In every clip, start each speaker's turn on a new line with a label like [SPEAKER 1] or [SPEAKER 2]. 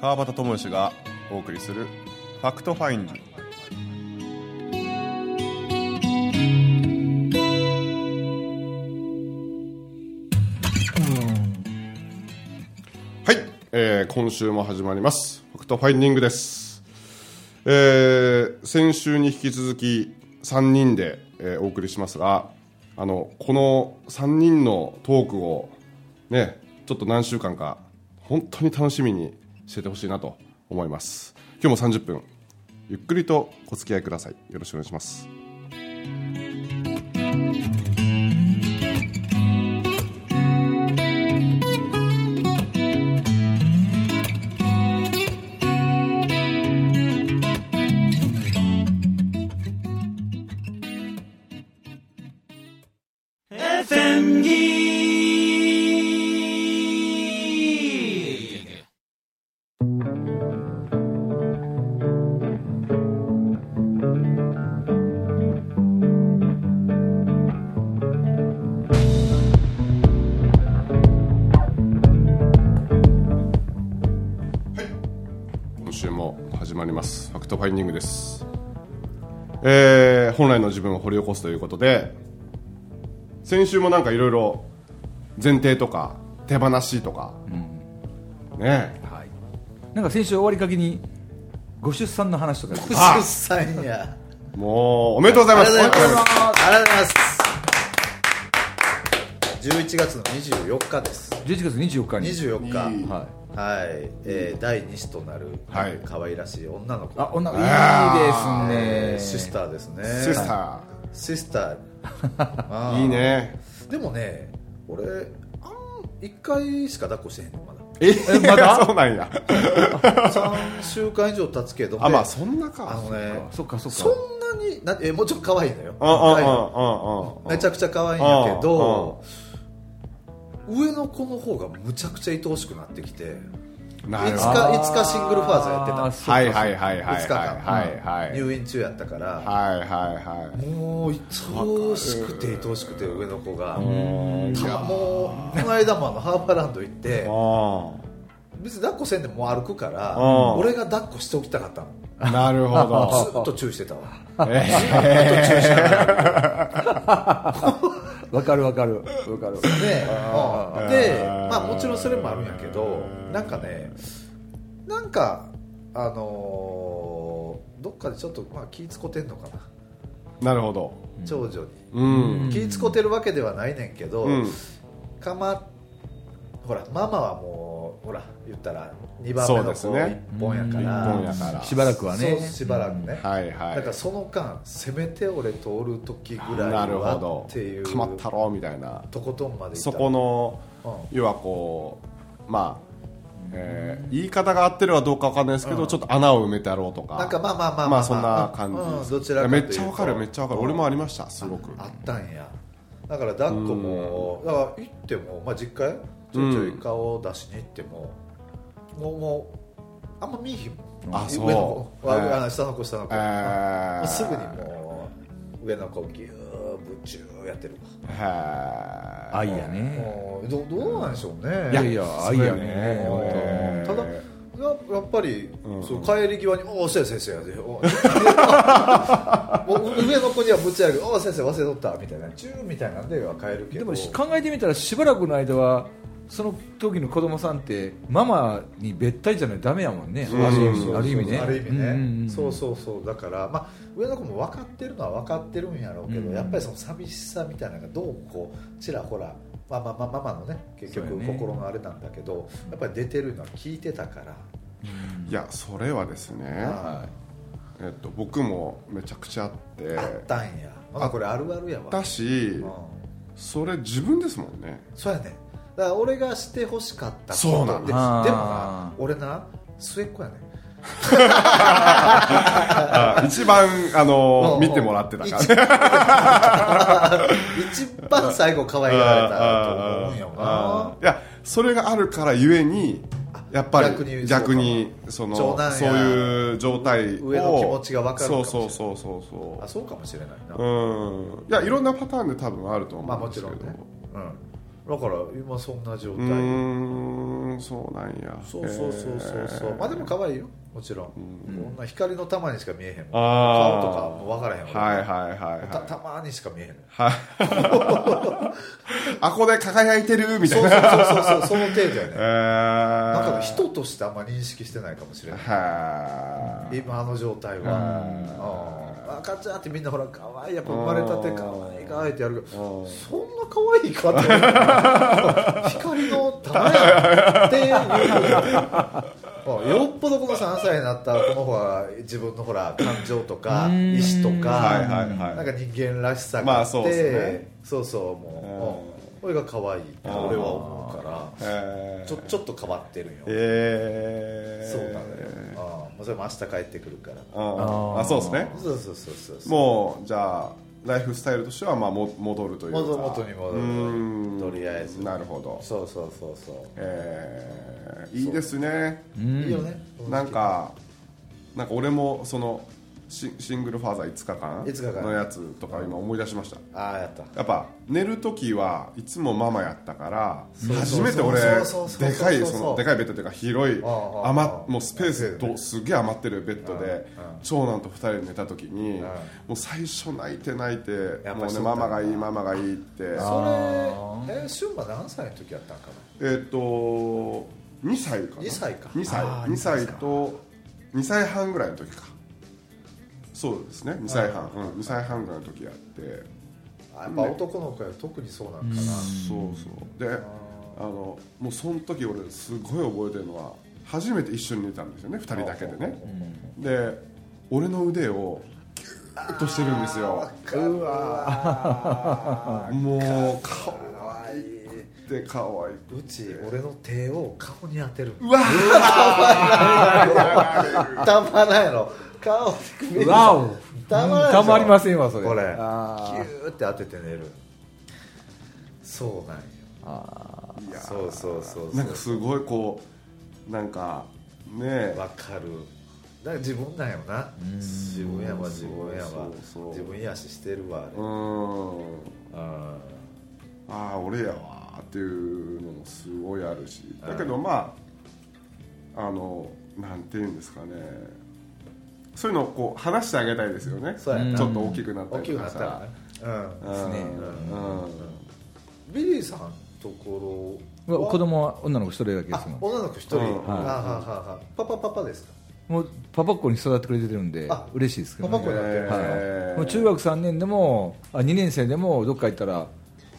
[SPEAKER 1] 川端智義がお送りする「ファクトファインディ」はい、えー今週も始まります「ファクトファインディング」です、えー先週に引き続き3人で、えーお送りしますがあのこの3人のトークをねちょっと何週間か本当に楽しみにしててほしいなと思います今日も30分ゆっくりとお付き合いくださいよろしくお願いします今週も始まりますファクトファインディングです、えー本来の自分を掘り起こすということで先週もなんかいろいろ前提とか手放しとか、ね
[SPEAKER 2] はい、なんか先週終わりかけにご出産の話とかやってた
[SPEAKER 1] あ
[SPEAKER 3] 出産や。
[SPEAKER 1] えもうおめでとうございます
[SPEAKER 3] ありがとうございますす。ありがとうございます。11月の24日です。
[SPEAKER 2] 11月24日に
[SPEAKER 3] 24日。
[SPEAKER 2] はい、
[SPEAKER 3] はい、えー、第2子となる、
[SPEAKER 1] はい
[SPEAKER 3] 可愛らしい女の子
[SPEAKER 2] あ女いい
[SPEAKER 3] えー
[SPEAKER 2] ですね
[SPEAKER 3] シスターですね
[SPEAKER 1] シスタ
[SPEAKER 3] シス ターあ
[SPEAKER 1] ー
[SPEAKER 3] ー
[SPEAKER 1] いいね
[SPEAKER 3] でもね俺あん1回しか抱っこしてへんのまだ
[SPEAKER 1] え
[SPEAKER 2] まだ
[SPEAKER 1] そうなんや
[SPEAKER 3] 3週間以上経つけど
[SPEAKER 1] あまあ
[SPEAKER 3] で
[SPEAKER 1] そんな
[SPEAKER 3] あ
[SPEAKER 1] か
[SPEAKER 3] のね
[SPEAKER 2] そっかそっか
[SPEAKER 3] そんなにな、えーもうちょっと可愛いのよ
[SPEAKER 1] うんうんうんうん
[SPEAKER 3] 可
[SPEAKER 1] うん
[SPEAKER 3] 愛いめちゃくちゃ可愛いんだけど上の子の方がむちゃくちゃ愛おしくなってきてい
[SPEAKER 1] な
[SPEAKER 3] つ
[SPEAKER 1] るほど
[SPEAKER 3] かいつかシングルファーザーやってた
[SPEAKER 2] あーそっか
[SPEAKER 1] はいはいはいはい
[SPEAKER 3] 二日間
[SPEAKER 1] はいはいはい
[SPEAKER 3] 入院中やったから、
[SPEAKER 1] はいはいはい
[SPEAKER 3] もう愛おしくて愛おしくて上の子が
[SPEAKER 1] い
[SPEAKER 3] た
[SPEAKER 1] や
[SPEAKER 3] まもうこの間もあのハーバーランド行って
[SPEAKER 1] あ
[SPEAKER 3] 別に抱っこせんでも歩くから
[SPEAKER 1] うん
[SPEAKER 3] 俺が抱っこしておきたかったの
[SPEAKER 1] あなる ほ
[SPEAKER 3] ずっと注意してたわ
[SPEAKER 1] ど、え
[SPEAKER 2] わかるわかるわかる
[SPEAKER 3] でうんで
[SPEAKER 1] あー
[SPEAKER 3] まあもちろんそれもあるんやけどなんかねなんかあのーどっかでちょっとまあ気ぃ使ってんのかな
[SPEAKER 1] ー、なるほど
[SPEAKER 3] 長女に
[SPEAKER 1] うん
[SPEAKER 3] 気ぃ使ってるわけではないねんけど、
[SPEAKER 1] うん
[SPEAKER 3] かまほらママはもうほら言ったら2番目の子
[SPEAKER 1] そうですね
[SPEAKER 3] 1本やか
[SPEAKER 1] 日
[SPEAKER 3] ら
[SPEAKER 1] 本やから
[SPEAKER 2] しばらくはね
[SPEAKER 3] そうしばらくね、
[SPEAKER 1] はいはい
[SPEAKER 3] だからその間せめて俺通る時ぐらい
[SPEAKER 1] なる
[SPEAKER 3] は
[SPEAKER 1] ほ
[SPEAKER 3] っていう
[SPEAKER 1] どかまったろみたいな
[SPEAKER 3] とことんまでいっ
[SPEAKER 1] そ
[SPEAKER 3] た
[SPEAKER 1] この
[SPEAKER 3] う
[SPEAKER 1] 要はこうまあえー言い方が合ってるはどうかわかんないですけど、ちょっと穴を埋めてやろうとか
[SPEAKER 3] なんかまあまあまあまあ
[SPEAKER 1] まあそんな感じです、
[SPEAKER 3] うんどちらかと
[SPEAKER 1] め
[SPEAKER 3] いう
[SPEAKER 1] っ
[SPEAKER 3] と
[SPEAKER 1] ちゃわかるめっちゃわかる、俺もありましたすごく
[SPEAKER 3] あったんやだから抱っこもだから行っても、まあ、実家へちょいちょい顔を出しに行っても、もうもうあんま見えひんもん
[SPEAKER 1] あそう
[SPEAKER 3] 上の子、あ
[SPEAKER 1] えー
[SPEAKER 3] あの下の子下の子、
[SPEAKER 1] えー
[SPEAKER 3] もうすぐにもう上の子ギューブチューやってる
[SPEAKER 1] は
[SPEAKER 2] 愛やね
[SPEAKER 3] もうどどうなんでしょうね
[SPEAKER 2] いやいや愛やね
[SPEAKER 1] え
[SPEAKER 3] ただややっぱり、そう帰り際に「おお先生先生」でおも う上の子にはぶち上げる「おお先生忘れとった」みたいな「チュー」みたいなんでは帰るけ
[SPEAKER 2] で
[SPEAKER 3] ど
[SPEAKER 2] も考えてみたらしばらくの間はその時の子供さんってママにべったりじゃないとダメやもん
[SPEAKER 1] ん
[SPEAKER 2] ね、ある意
[SPEAKER 1] そうそう
[SPEAKER 2] 味ある意味ね
[SPEAKER 3] ある意味
[SPEAKER 2] うんうんう
[SPEAKER 3] ね
[SPEAKER 2] ん
[SPEAKER 3] そうそうそうだから、まあ、上の子も分かってるのは分かってるんやろうけど、
[SPEAKER 2] うん
[SPEAKER 3] やっぱりその寂しさみたいなのがどうもこうちらほらまあまあまあママのね結
[SPEAKER 2] そう
[SPEAKER 3] 局
[SPEAKER 2] やね
[SPEAKER 3] 心のあれなんだけどやっぱり出てるのは聞いてたから、
[SPEAKER 1] いやそれはですね、
[SPEAKER 3] は
[SPEAKER 1] えっと、僕もめちゃくちゃあって
[SPEAKER 3] あったんや、まあ、これあるあるやわ
[SPEAKER 1] だし、
[SPEAKER 3] うん、
[SPEAKER 1] それ自分ですもんね
[SPEAKER 3] そうやねだから俺がしてほしかったこと
[SPEAKER 1] そうなんだ
[SPEAKER 3] ででも
[SPEAKER 2] あー
[SPEAKER 3] な俺な末っ子やね
[SPEAKER 1] あ 一番あの
[SPEAKER 3] うん
[SPEAKER 1] 見てもらってたから
[SPEAKER 3] 一番 一番最後可愛がられたと思うんや
[SPEAKER 1] あ
[SPEAKER 3] わ
[SPEAKER 1] ーいやそれがあるからゆえにやっぱり
[SPEAKER 3] 逆に
[SPEAKER 1] 逆にその
[SPEAKER 3] 冗談や
[SPEAKER 1] そういう状態を
[SPEAKER 3] 上の気持ちが分かるか
[SPEAKER 1] そ
[SPEAKER 3] も
[SPEAKER 1] う
[SPEAKER 3] しれ
[SPEAKER 1] そ
[SPEAKER 3] な
[SPEAKER 1] うそう
[SPEAKER 3] い
[SPEAKER 1] そうそ
[SPEAKER 3] なあそうかもしれないな、
[SPEAKER 1] ううんいやいろんなパターンで多分あると思
[SPEAKER 3] まあ
[SPEAKER 1] うん
[SPEAKER 3] も
[SPEAKER 1] で
[SPEAKER 3] ち
[SPEAKER 1] すけ
[SPEAKER 3] ろん
[SPEAKER 1] ど、
[SPEAKER 3] ね、うん、だから今そんな状
[SPEAKER 1] う
[SPEAKER 3] 態、
[SPEAKER 1] ーんそうなんや
[SPEAKER 3] そうそうそうそうそう、まあでも可愛いよもちろん、こんな光の玉にしか見えへんもん
[SPEAKER 1] あー
[SPEAKER 3] 顔とかも分からへんもん、
[SPEAKER 1] はいはいはい
[SPEAKER 3] た
[SPEAKER 1] は
[SPEAKER 3] たまにしか見えへん
[SPEAKER 1] いあここで輝いてるみた
[SPEAKER 3] そ
[SPEAKER 1] いうな
[SPEAKER 3] そうそうそうその程度やね
[SPEAKER 1] えー
[SPEAKER 3] なんか人としてあんま認識してないかもしれない
[SPEAKER 1] はー
[SPEAKER 3] 今あの状態はうん赤ちゃんってみんなほら可愛いやっぱ生まれたて可愛い可愛いってやるけどそんな可愛いかって思う光の玉やって いううんよっぽどこの3歳になったこの子は自分のほら感情とか
[SPEAKER 2] ん
[SPEAKER 3] 意志と
[SPEAKER 1] は
[SPEAKER 3] か
[SPEAKER 1] いはいはい
[SPEAKER 3] なんか人間らしさ
[SPEAKER 1] ま
[SPEAKER 3] があ
[SPEAKER 1] あ
[SPEAKER 3] っ
[SPEAKER 1] そうっすね
[SPEAKER 3] てそうそうもううんこれが可愛いって俺は思うから
[SPEAKER 1] えー
[SPEAKER 3] ちょちょっと変わってるんよ
[SPEAKER 1] えー
[SPEAKER 3] そうなのよ、ああもうそれも明日帰ってくるから
[SPEAKER 1] あ
[SPEAKER 2] あ
[SPEAKER 1] ー
[SPEAKER 2] ー
[SPEAKER 1] あそうですね
[SPEAKER 3] そうそうそうそうそう
[SPEAKER 1] もうじゃあライフスタイルとしてはまあも戻るというか
[SPEAKER 3] 元々に戻る
[SPEAKER 1] うーん
[SPEAKER 3] とりあえず
[SPEAKER 1] なるほど
[SPEAKER 3] そうそうそうそう
[SPEAKER 1] えーいいですね
[SPEAKER 2] うん
[SPEAKER 3] いいよね
[SPEAKER 1] なんかなんか俺もそのシシングルファーザー
[SPEAKER 3] 5
[SPEAKER 1] 5
[SPEAKER 3] 日
[SPEAKER 1] 日
[SPEAKER 3] 間
[SPEAKER 1] 間のやつとか今思い出しました
[SPEAKER 3] ああやった
[SPEAKER 1] やっぱ寝る時はいつもママやったから
[SPEAKER 3] う
[SPEAKER 1] 初めて俺
[SPEAKER 3] そうそうそうそう
[SPEAKER 1] でかい
[SPEAKER 3] そうそう
[SPEAKER 1] そのでかいベッドというか広い
[SPEAKER 3] ああああ
[SPEAKER 1] 余
[SPEAKER 3] あ
[SPEAKER 1] っ
[SPEAKER 3] あ
[SPEAKER 1] もうスペースとすげえ余ってるベッドで
[SPEAKER 3] あ
[SPEAKER 1] 長男と2人で寝た時に
[SPEAKER 3] ああ
[SPEAKER 1] もう最初泣いて泣いて
[SPEAKER 3] やっぱ
[SPEAKER 1] もう
[SPEAKER 3] り
[SPEAKER 1] ね
[SPEAKER 3] そうだ
[SPEAKER 1] ママがいいママがいいって
[SPEAKER 3] そ
[SPEAKER 2] あ
[SPEAKER 3] れえ春馬何歳の時やったんか
[SPEAKER 1] えーっと2歳かな
[SPEAKER 3] 2歳か
[SPEAKER 1] 2歳
[SPEAKER 2] あー
[SPEAKER 1] 2歳と2歳半ぐらいの時かそうですね2歳半うん2歳半ぐらいの時やって
[SPEAKER 3] なあやっぱ男の子は特にそうなんかな
[SPEAKER 1] そうそうであのもうその時俺すごい覚えてるのは初めて一緒に寝たんですよね2人だけでねで俺の腕をキューッとしてるんですよ
[SPEAKER 3] うわ
[SPEAKER 1] もうか
[SPEAKER 3] ーかわいい
[SPEAKER 1] ってかわいいう
[SPEAKER 3] ち俺の手を顔に当てる
[SPEAKER 1] うわ
[SPEAKER 3] たまらないの顔に
[SPEAKER 2] わお
[SPEAKER 3] たまらないでし
[SPEAKER 2] た
[SPEAKER 3] ょ
[SPEAKER 2] まりませんわそれ
[SPEAKER 3] これキ
[SPEAKER 2] あ
[SPEAKER 3] ューって当てて寝るそうなんよ
[SPEAKER 1] ーいや
[SPEAKER 3] そうそうそう
[SPEAKER 1] なんかすごいこうなんかねえ
[SPEAKER 3] わかるだから自分なんよな自分やわ自分やわ
[SPEAKER 1] そうそう
[SPEAKER 3] 自分癒ししてるわあれ
[SPEAKER 1] うーん
[SPEAKER 3] あ
[SPEAKER 1] ああ俺やわーっていうのもすごいあるしだけどまああのなんていうんですかねそういうのをこう話してあげたいですよね
[SPEAKER 3] そうやな
[SPEAKER 1] ちょっと大きくなっ
[SPEAKER 3] ー大
[SPEAKER 1] たり
[SPEAKER 3] き
[SPEAKER 1] と
[SPEAKER 3] くな
[SPEAKER 1] か
[SPEAKER 3] った
[SPEAKER 1] さ
[SPEAKER 3] らねうん
[SPEAKER 2] すね
[SPEAKER 1] うん
[SPEAKER 3] ビリーさんとこ
[SPEAKER 2] ー
[SPEAKER 3] ろは
[SPEAKER 2] 子供は女の子一人だけで
[SPEAKER 3] あ
[SPEAKER 2] すもん
[SPEAKER 3] 女の子一人
[SPEAKER 1] う
[SPEAKER 3] あ
[SPEAKER 1] ん
[SPEAKER 3] はあはあはあパパパパですか
[SPEAKER 2] もうパパっ子に育ってくれてるんで
[SPEAKER 3] あ
[SPEAKER 2] 嬉しいですけど、ね、
[SPEAKER 3] パパっ子だ
[SPEAKER 1] えー
[SPEAKER 2] はい、もう中学3年でもあ2年生でもどっか行ったら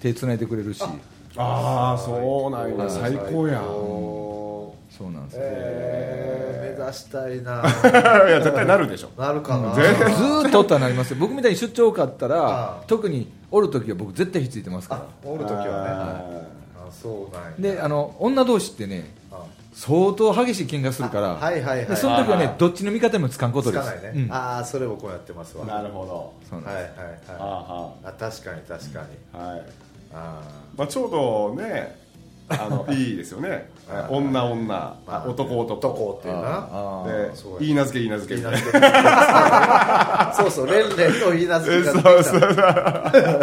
[SPEAKER 2] 手つないでくれるし
[SPEAKER 1] ああそうなんや
[SPEAKER 3] 最
[SPEAKER 1] 最
[SPEAKER 3] 高
[SPEAKER 1] 高やん
[SPEAKER 3] 最
[SPEAKER 2] そうなんですよ、
[SPEAKER 3] えー目指したいな
[SPEAKER 1] いや絶対なるでしょ
[SPEAKER 3] なるかな
[SPEAKER 1] 全然
[SPEAKER 2] ずーっとおったらなりますよ僕みたいに出張多かった
[SPEAKER 3] ああ
[SPEAKER 2] ら特におる時は僕絶対ひっついてます
[SPEAKER 3] あ
[SPEAKER 2] か
[SPEAKER 3] おる時はねあそうなんや
[SPEAKER 2] らであの女同士ってね
[SPEAKER 3] あ
[SPEAKER 2] 相当激しい喧嘩するから
[SPEAKER 3] あはいはいはい
[SPEAKER 2] でその時は
[SPEAKER 1] あ
[SPEAKER 2] ねどっちの味方にもつかんこと
[SPEAKER 3] つ
[SPEAKER 2] で
[SPEAKER 3] か
[SPEAKER 2] す
[SPEAKER 3] ないね、
[SPEAKER 2] うん
[SPEAKER 3] ああそれ僕もやってますわ
[SPEAKER 1] なるほど
[SPEAKER 2] そうなん
[SPEAKER 3] は
[SPEAKER 2] で
[SPEAKER 3] い
[SPEAKER 2] す
[SPEAKER 3] はいは
[SPEAKER 1] はい
[SPEAKER 3] あ確かに確かに
[SPEAKER 1] あはい
[SPEAKER 3] あ
[SPEAKER 1] まあ、ちょうどねあ のいいですよね
[SPEAKER 3] あ
[SPEAKER 1] 女女、
[SPEAKER 3] あまあ
[SPEAKER 1] 男男
[SPEAKER 3] 男っていうな
[SPEAKER 2] あ
[SPEAKER 1] で
[SPEAKER 3] そうや
[SPEAKER 1] いい名付けいい名付
[SPEAKER 3] 言
[SPEAKER 1] け
[SPEAKER 3] い
[SPEAKER 1] みた
[SPEAKER 3] ない
[SPEAKER 1] な
[SPEAKER 3] ずけ そうそう連連と言いなずけが出てき
[SPEAKER 1] そうそう
[SPEAKER 3] た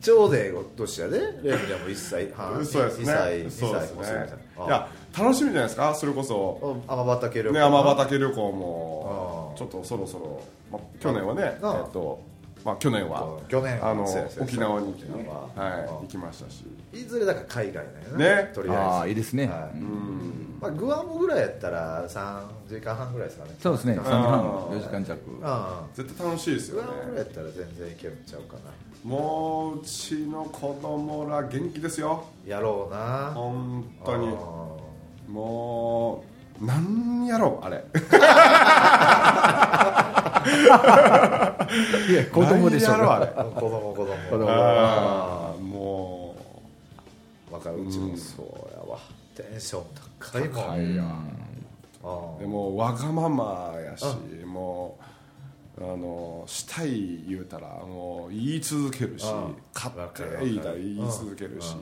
[SPEAKER 3] 長でどうしやで連連も一歳半
[SPEAKER 1] そうですね
[SPEAKER 3] 二歳二
[SPEAKER 1] そうで
[SPEAKER 3] 歳
[SPEAKER 1] す
[SPEAKER 3] もする
[SPEAKER 1] ね
[SPEAKER 3] みたい
[SPEAKER 1] い
[SPEAKER 3] なあ
[SPEAKER 1] や楽しみじゃないですかそれこそ
[SPEAKER 3] うん天畑旅行
[SPEAKER 1] ね天畑旅行も
[SPEAKER 3] あ
[SPEAKER 1] ちょっとそろそろ、まあ、去年はねえ
[SPEAKER 3] ああ
[SPEAKER 1] っとまあ去年は
[SPEAKER 3] 去年は
[SPEAKER 1] あの
[SPEAKER 3] そうですね
[SPEAKER 1] 沖縄に行き,、
[SPEAKER 3] 沖縄
[SPEAKER 1] はい、
[SPEAKER 3] あ
[SPEAKER 1] 行きましたし
[SPEAKER 3] いずれだから海外だよ
[SPEAKER 1] ね
[SPEAKER 3] とり
[SPEAKER 2] あ
[SPEAKER 3] あ
[SPEAKER 2] あ
[SPEAKER 3] え
[SPEAKER 2] いいですね、
[SPEAKER 3] ずはい
[SPEAKER 1] うん
[SPEAKER 3] まあグアムぐらいやったら三時間半ぐらいですかね
[SPEAKER 2] そうですね3
[SPEAKER 3] うん
[SPEAKER 2] 時
[SPEAKER 1] あ
[SPEAKER 2] 間
[SPEAKER 1] あ
[SPEAKER 2] 4時間弱
[SPEAKER 3] あ
[SPEAKER 1] 絶対楽しいです
[SPEAKER 3] あグ
[SPEAKER 1] よ
[SPEAKER 3] ア
[SPEAKER 1] ね
[SPEAKER 3] ムぐらいやったら全然いけるんちゃうかな
[SPEAKER 1] もううちの子供ら元気ですよ
[SPEAKER 3] やろうな
[SPEAKER 1] 本当に
[SPEAKER 3] ああ
[SPEAKER 1] もうなんやろうあれ
[SPEAKER 2] いや子供でしょ
[SPEAKER 1] 何やろうあれ
[SPEAKER 3] 子供子供
[SPEAKER 2] 子供
[SPEAKER 1] あーも
[SPEAKER 3] わかるうちもそうやわテンション高いもん
[SPEAKER 1] ういや
[SPEAKER 3] あ
[SPEAKER 1] でもわがままやしもうあのしたい言うたらもう言い続けるし
[SPEAKER 3] うん
[SPEAKER 1] 勝手
[SPEAKER 3] わかるわかる
[SPEAKER 1] 言いたい言い続けるし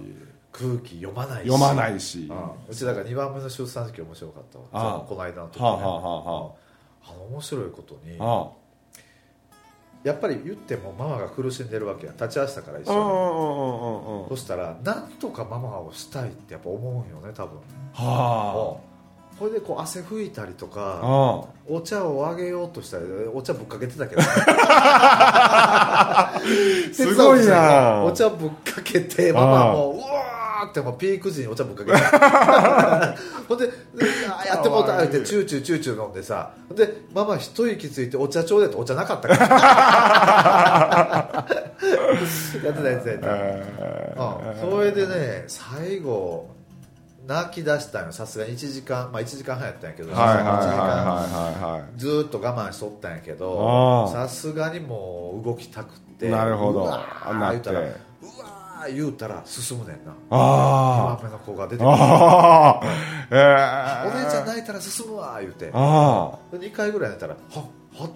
[SPEAKER 3] 空気読まないし
[SPEAKER 1] 読ま
[SPEAKER 3] い
[SPEAKER 1] ないしは
[SPEAKER 3] うちだから2番目の出産式面白かったわ
[SPEAKER 1] ああ
[SPEAKER 3] そのこの間の時
[SPEAKER 1] あ
[SPEAKER 3] ね
[SPEAKER 1] はあはあは
[SPEAKER 3] あの面白いことに
[SPEAKER 1] ああ
[SPEAKER 3] やっぱり言ってもママが苦しんでるわけや立ち会わせたから一
[SPEAKER 1] うんうんう
[SPEAKER 3] 緒
[SPEAKER 1] んう
[SPEAKER 3] に
[SPEAKER 1] んうん
[SPEAKER 3] そしたらなんとかママをしたいってやっぱ思うんよね多分
[SPEAKER 1] は
[SPEAKER 3] これでこう汗拭いたりと
[SPEAKER 1] あ
[SPEAKER 3] か
[SPEAKER 1] ああ
[SPEAKER 3] お茶をあげようとしたりお茶ぶっかけ てたけど
[SPEAKER 1] すごいな
[SPEAKER 3] お茶ぶっかけてママもううわーってもうピーク時にお茶ぶっか けてほんであーやってもうたってチューチューチューチュー飲んでさでママ一息ついてお茶ちょうだいってお茶なかったから やってたやってたやってた
[SPEAKER 1] え
[SPEAKER 3] うんそれでね最後泣き出したんよさすがに1時間まあ1時間半やったんやけど、
[SPEAKER 1] ーはいはい
[SPEAKER 3] 1時間
[SPEAKER 1] はいはいはいはい
[SPEAKER 3] ずーっと我慢しとったんやけ
[SPEAKER 1] あ
[SPEAKER 3] ど
[SPEAKER 1] ー
[SPEAKER 3] さすがにもう動きたくって
[SPEAKER 1] なるほど
[SPEAKER 3] うわー
[SPEAKER 1] な
[SPEAKER 3] 言
[SPEAKER 1] っ
[SPEAKER 3] う
[SPEAKER 1] て
[SPEAKER 3] たらうわー言うたら進むねんな
[SPEAKER 1] あ
[SPEAKER 3] 弱めの子が出て
[SPEAKER 1] あ
[SPEAKER 3] くる
[SPEAKER 1] ああえ
[SPEAKER 3] お
[SPEAKER 1] え
[SPEAKER 3] 姉ちゃん泣いたら進むわー言うて
[SPEAKER 1] あ
[SPEAKER 3] 2回ぐらい泣いたらはっはっ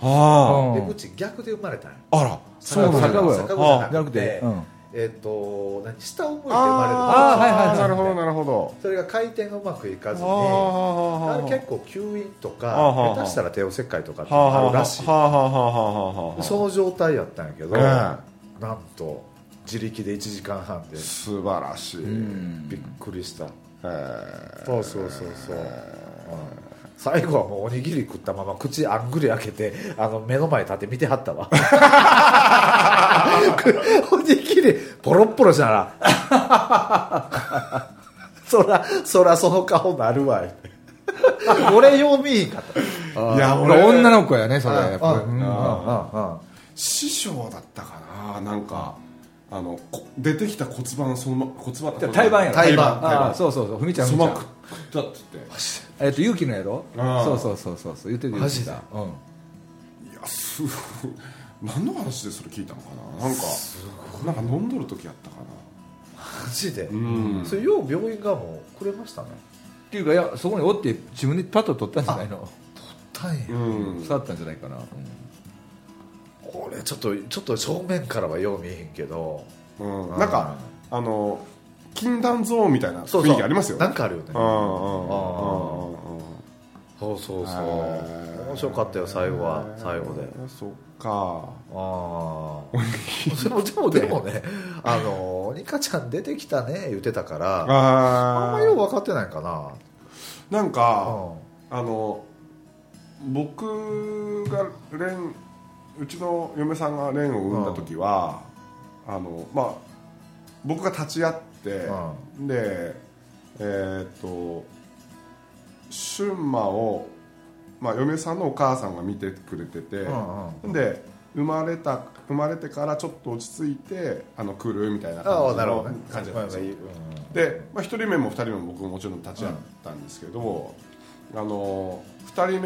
[SPEAKER 1] あ
[SPEAKER 2] うん
[SPEAKER 3] でうち逆で生まれたんよ
[SPEAKER 1] あらそうなんだ
[SPEAKER 2] 坂上
[SPEAKER 3] 坂上
[SPEAKER 2] じゃなくて、うん
[SPEAKER 3] えっと何下を向いて生まれる
[SPEAKER 1] ああ
[SPEAKER 2] はいはいはい
[SPEAKER 1] なるほどなるほど
[SPEAKER 3] それが回転がうまくいかずにあれ
[SPEAKER 1] あ
[SPEAKER 3] 結構吸引とか
[SPEAKER 1] あはあ
[SPEAKER 3] 下手したら帝王切開とかっていうのがあ
[SPEAKER 1] は
[SPEAKER 3] るらしい
[SPEAKER 1] はははははは
[SPEAKER 3] その状態やったんやけど、
[SPEAKER 1] ええ
[SPEAKER 3] なんと自力で1時間半で
[SPEAKER 1] 素晴らしい、
[SPEAKER 3] びっくりした、
[SPEAKER 1] えー
[SPEAKER 3] そうそうそうそう、うん最後はもうおにぎり食ったまま口あんぐり開けてあの目の前立って見ては ったわおにぎりポロッポロしながらそら そらその顔なるわ俺よう見えんかった
[SPEAKER 2] あー
[SPEAKER 1] いや俺
[SPEAKER 2] 女の子やねそれやっ
[SPEAKER 3] あ
[SPEAKER 2] ぱりうん
[SPEAKER 1] 師匠だったかななんかあのこ出てきた骨盤そのま骨盤って
[SPEAKER 2] 胎盤やろ
[SPEAKER 3] 胎盤
[SPEAKER 1] 胎
[SPEAKER 2] あ
[SPEAKER 1] 盤
[SPEAKER 2] ーそうそうそうふみちゃん
[SPEAKER 1] そ
[SPEAKER 2] ふみち
[SPEAKER 1] ば
[SPEAKER 2] ゃん
[SPEAKER 1] 食ったって言って
[SPEAKER 2] えっと勇気のやろ
[SPEAKER 1] あー
[SPEAKER 2] そうそうそうそうそう言ってた言ってた
[SPEAKER 3] マ
[SPEAKER 2] うん
[SPEAKER 1] いやすごい何の話でそれ聞いたのかななんかなんか飲んどる時やったか
[SPEAKER 3] マジで、
[SPEAKER 1] なうん
[SPEAKER 3] それよう病院がもうくれましたね
[SPEAKER 2] っていうかいやそこにおって自分でパッと取ったんじゃないの
[SPEAKER 3] 大変、
[SPEAKER 1] うん
[SPEAKER 2] 触ったんじゃないかな、うん
[SPEAKER 3] これちょっとちょっと正面からはよう見えへんけど
[SPEAKER 1] うんなんかあの禁断ゾーンみたいな
[SPEAKER 3] そう
[SPEAKER 1] 雰
[SPEAKER 3] そ
[SPEAKER 1] 囲
[SPEAKER 3] う
[SPEAKER 1] 気ありますよ
[SPEAKER 3] なんかあるよね
[SPEAKER 1] うんうんうんうんうん
[SPEAKER 3] そうそうそう
[SPEAKER 1] へー
[SPEAKER 3] 面白かったよ最後は最後で
[SPEAKER 1] そっか
[SPEAKER 3] あ あでもでもでもねあのニカちゃん出てきたね言ってたからあん
[SPEAKER 1] あ
[SPEAKER 3] まよう分かってないかな
[SPEAKER 1] ーなん
[SPEAKER 3] う
[SPEAKER 1] か
[SPEAKER 3] ん
[SPEAKER 1] あの僕が蓮うちの嫁さんが蓮を産んだ時はあのまあ僕が立ち会ってでえーっと春馬をまあ嫁さんのお母さんが見てくれてて
[SPEAKER 3] うんうん
[SPEAKER 1] で生まれた生まれてからちょっと落ち着いてあの来るみたいな
[SPEAKER 3] あ
[SPEAKER 1] 感
[SPEAKER 3] あ
[SPEAKER 1] じ
[SPEAKER 3] なるほ
[SPEAKER 1] の
[SPEAKER 3] どね
[SPEAKER 1] 感じだったんですよ
[SPEAKER 3] うん
[SPEAKER 1] で、まあ、1人目も2人目も僕ももちろん立ち会ったんですけど、あの2人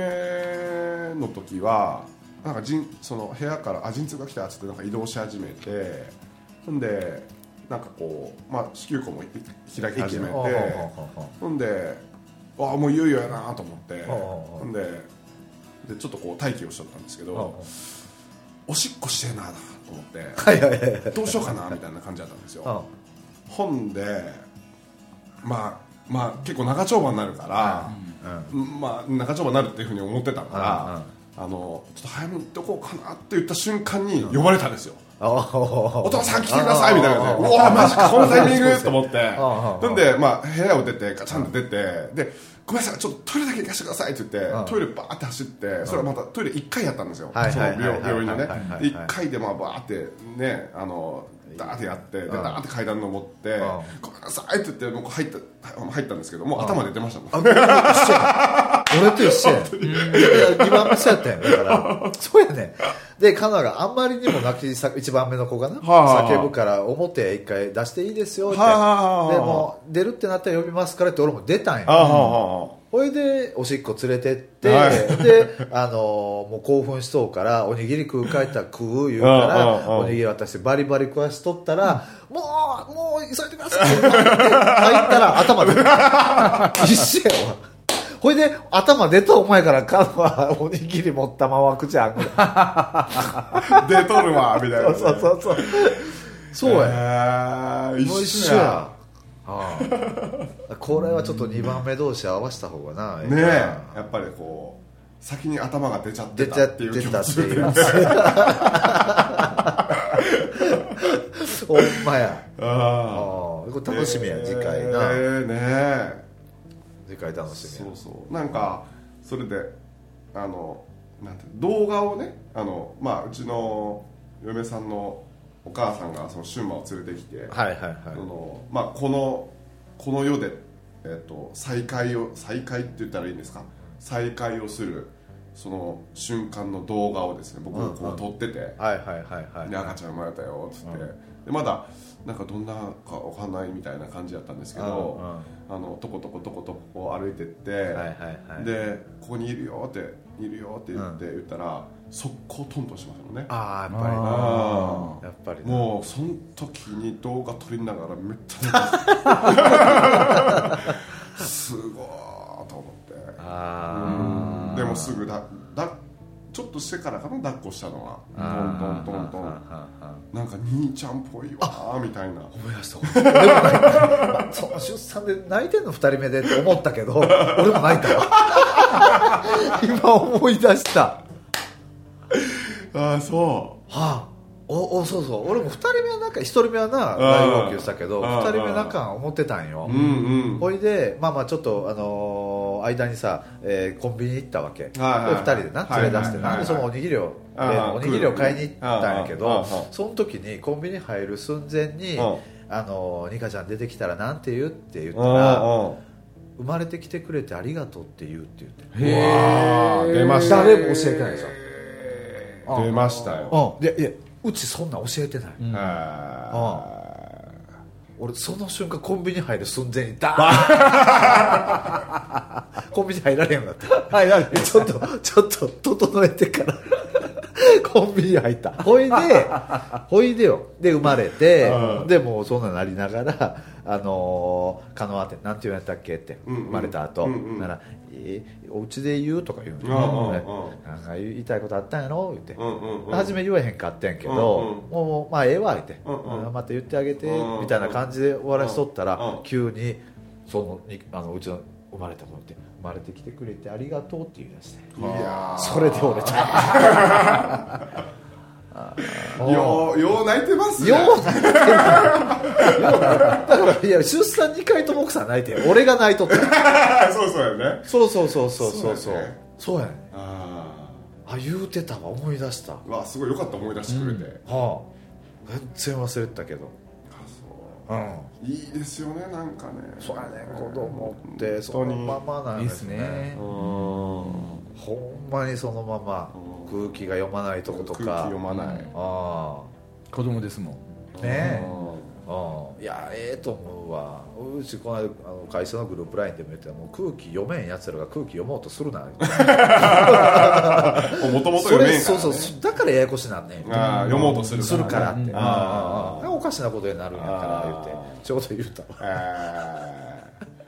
[SPEAKER 1] 目の時はなんかじんその部屋から「あ陣痛が来た」っつってなんか移動し始めてほんでなんかこう、まあ、子宮口もい開き始め
[SPEAKER 3] うんうんうん
[SPEAKER 1] てほんでああもういよいよやなと思ってほんででちょっとこう待機をしちゃったんですけ
[SPEAKER 3] うんうん
[SPEAKER 1] どおしっこしてえなと思っ
[SPEAKER 3] はいはいはいはい
[SPEAKER 1] てどうしようかなみたいな感じだったん ですよ。
[SPEAKER 3] うん
[SPEAKER 1] 本でまあまあ結構長丁場になるから、まあ長丁場になるっていうふうに思ってたから、あのちょっと早めに行っておこうかなって言った瞬間に呼ばれたんですよ、
[SPEAKER 3] あお
[SPEAKER 1] お父さん来てくださいみたいな感じでうわマジかこのタイミングと思ってなんで、まあ、部屋を出てガチャンと出てでごめんなさいちょっとトイレだけ行かせてくださいって言ってトイレバーって走ってそれはまたトイレ1回やったんですよそ
[SPEAKER 3] はい
[SPEAKER 1] の
[SPEAKER 3] はいはい
[SPEAKER 1] 病病院のね
[SPEAKER 3] はいはいはい
[SPEAKER 1] 1回でまあバーってねあのダーってやってで
[SPEAKER 3] ん
[SPEAKER 1] ダーって階段登って
[SPEAKER 3] ん
[SPEAKER 1] ごめんなさいって言ってもう入った入ったんですけどもう頭出てましたもん
[SPEAKER 3] 俺と一緒や2番目そうやったんやだからそうやねでカナがあんまりにも泣きさ1番目の子がな、
[SPEAKER 1] はあ
[SPEAKER 3] 叫ぶから表へ1回出していいですよって、
[SPEAKER 1] はあはあはあ
[SPEAKER 3] でもう出るってなったら呼びますからって俺も出たんや
[SPEAKER 1] あああ
[SPEAKER 3] ほいでおしっこ連れてって、
[SPEAKER 1] はい
[SPEAKER 3] であのーもう興奮しとうからおにぎり食う帰ったら食う言うか
[SPEAKER 1] あああ
[SPEAKER 3] ら
[SPEAKER 1] あ
[SPEAKER 3] おにぎり渡してバリバリ食わしとったら、もうもう急いでくださいって入ったら 頭出たきっしやわほいで頭出たお前からカノはおにぎり持ったまま口あんぐらい
[SPEAKER 1] あ出とるわみたいな、ね、
[SPEAKER 3] そうそうそうそうや、
[SPEAKER 1] へえ
[SPEAKER 3] もう
[SPEAKER 1] 一緒や
[SPEAKER 3] ああこれはちょっと2番目同士合わせた方がな
[SPEAKER 1] ねえ
[SPEAKER 3] ええな
[SPEAKER 1] やっぱりこう先に頭が出ちゃって
[SPEAKER 3] 出ち
[SPEAKER 1] た
[SPEAKER 3] ゃ
[SPEAKER 1] っ
[SPEAKER 3] ってて
[SPEAKER 1] いう気
[SPEAKER 3] た
[SPEAKER 1] 持
[SPEAKER 3] って
[SPEAKER 1] ち
[SPEAKER 3] い
[SPEAKER 1] で
[SPEAKER 3] う ほんまやあ
[SPEAKER 1] あ
[SPEAKER 3] ーこ
[SPEAKER 1] あ
[SPEAKER 3] れ楽しみや、次回
[SPEAKER 1] え
[SPEAKER 3] な
[SPEAKER 1] ーねえ
[SPEAKER 3] 次回楽し
[SPEAKER 1] そ
[SPEAKER 3] み
[SPEAKER 1] う
[SPEAKER 3] や
[SPEAKER 1] そうなんかそれであのなんて動画をねあの、まあ、うちの嫁さんのお母さんがそのシュンマを連れてきて、
[SPEAKER 3] はいはいはい
[SPEAKER 1] あのまあ、このこの世で、えっと再会を再会って言ったらいいんですか再会をするその瞬間の動画をですね僕もこう撮ってて、
[SPEAKER 3] はいはいはいはい
[SPEAKER 1] で赤ちゃん生まれたよっつって、でまだなんかどんなかわかんないみたいな感じだったんですけど、
[SPEAKER 3] うんうん
[SPEAKER 1] あのとことことことこ歩いてって、
[SPEAKER 3] はいはいはい
[SPEAKER 1] でここにいるよっているよって言って言ったら、速攻トントンしましたもんね
[SPEAKER 3] ああ
[SPEAKER 1] あ
[SPEAKER 3] やっぱりなやっぱりな
[SPEAKER 1] もうその時に動画撮りながらめっちゃすごーと思って
[SPEAKER 3] ああ
[SPEAKER 1] でもすぐだだちょっとしてからかな抱っこしたのはトントントントンなんか兄ちゃんっぽいわーみたいな
[SPEAKER 3] 思い出した俺も泣い た、まあその出産で泣いてんの2人目でって思ったけど俺も泣いたわ 今思い出したは
[SPEAKER 1] ああそ
[SPEAKER 3] あおおそうそう俺も2人目はなんか1人目はな
[SPEAKER 1] うん
[SPEAKER 3] 大号泣したけど
[SPEAKER 1] うん
[SPEAKER 3] 2人目なんか思ってたんよ
[SPEAKER 1] うんうん
[SPEAKER 3] ほいでまあまあちょっと、あのー間にさ、えーコンビニ行ったわけ、で
[SPEAKER 1] はいはい
[SPEAKER 3] 2人でな連れ出して、
[SPEAKER 1] はいはいはい
[SPEAKER 3] なんでそのおにぎりを、え
[SPEAKER 1] あー
[SPEAKER 3] ーおにぎりを買いに行ったんやけ
[SPEAKER 1] あーあ
[SPEAKER 3] ど
[SPEAKER 1] ー
[SPEAKER 3] その時にコンビニ入る寸前に
[SPEAKER 1] うん
[SPEAKER 3] 「あのーニカちゃん出てきたらなんて言う?」って言ったら
[SPEAKER 1] あ
[SPEAKER 3] 「生まれてきてくれてありがとう」って言うって言って
[SPEAKER 2] へ
[SPEAKER 1] わー出ました
[SPEAKER 2] 誰も教えてないですよ
[SPEAKER 1] あ出ましたよ
[SPEAKER 3] うんいやいやうちそんなん教えてない、
[SPEAKER 1] あ
[SPEAKER 3] 俺その瞬間コンビニ入る寸前にダーン コンビニ入られへんようになった入られちょっとちょっと整えてから コンビニ入ったほいでほいでよで生まれて
[SPEAKER 1] うん
[SPEAKER 3] でもうそんななりながらあのー、カノアってなんて言われたっけって
[SPEAKER 1] うんうん
[SPEAKER 3] 生まれた後、
[SPEAKER 1] うんうん
[SPEAKER 3] なら「えーお家で言う?」とか言う
[SPEAKER 1] うんうんうん
[SPEAKER 3] の、なんか言いたいことあったんやろ?」言って、
[SPEAKER 1] うんうんうん
[SPEAKER 3] 初め言えへんかってんけど、
[SPEAKER 1] うんうん
[SPEAKER 3] もうまあええわ言って、
[SPEAKER 1] うんうん
[SPEAKER 3] また言ってあげて、
[SPEAKER 1] うんうん
[SPEAKER 3] みたいな感じで終わらしとったら、
[SPEAKER 1] うんうん
[SPEAKER 3] 急にそのにあのうちの生まれた子って生まれてきてくれてありがとうって言い出して
[SPEAKER 1] いや
[SPEAKER 3] それで俺ち ゃ
[SPEAKER 1] ーようよう泣いてます
[SPEAKER 3] ん
[SPEAKER 1] ね
[SPEAKER 3] よう泣いてるよう泣いてるだからいや出産2回とも奥さん泣いてる俺が泣いとった
[SPEAKER 1] あー そうそうよね
[SPEAKER 3] そうそうそうそうそう
[SPEAKER 1] そ
[SPEAKER 3] そうう
[SPEAKER 1] やね
[SPEAKER 3] そうやね
[SPEAKER 1] あ
[SPEAKER 3] あ言うてたわ思い出したは
[SPEAKER 1] あわすごいよかった思い出してくれて、
[SPEAKER 3] あ全然忘れてたけど
[SPEAKER 1] あそ
[SPEAKER 3] うん
[SPEAKER 1] ういいですよねなんかね
[SPEAKER 3] そうやね子供って
[SPEAKER 1] 本当
[SPEAKER 3] その
[SPEAKER 1] に
[SPEAKER 3] ままなん
[SPEAKER 2] いいっ
[SPEAKER 3] ですすね
[SPEAKER 2] ね
[SPEAKER 1] うん
[SPEAKER 3] ほんまにそのまま
[SPEAKER 1] うん
[SPEAKER 3] 空気が読まないとこと
[SPEAKER 1] 空
[SPEAKER 3] か
[SPEAKER 1] 気読まない、
[SPEAKER 3] あ
[SPEAKER 2] 子供ですもん
[SPEAKER 3] あねえ
[SPEAKER 1] うん
[SPEAKER 3] うんいやええと思うわうちこの間あの会社のグループラインでも言ってたもう空気読めんやつらが空気読もうとす るな
[SPEAKER 1] もともと
[SPEAKER 3] そ
[SPEAKER 1] 読め
[SPEAKER 3] れ
[SPEAKER 1] んか
[SPEAKER 3] そ
[SPEAKER 1] ら、
[SPEAKER 3] う
[SPEAKER 1] ね、
[SPEAKER 3] そうそうだからややこしなんねん
[SPEAKER 1] ああ読もうとする
[SPEAKER 3] するからって、
[SPEAKER 2] うん
[SPEAKER 3] うん
[SPEAKER 1] ああ
[SPEAKER 3] おかしなことになるんやから
[SPEAKER 1] ああ
[SPEAKER 3] 言うてちょうど言うたわ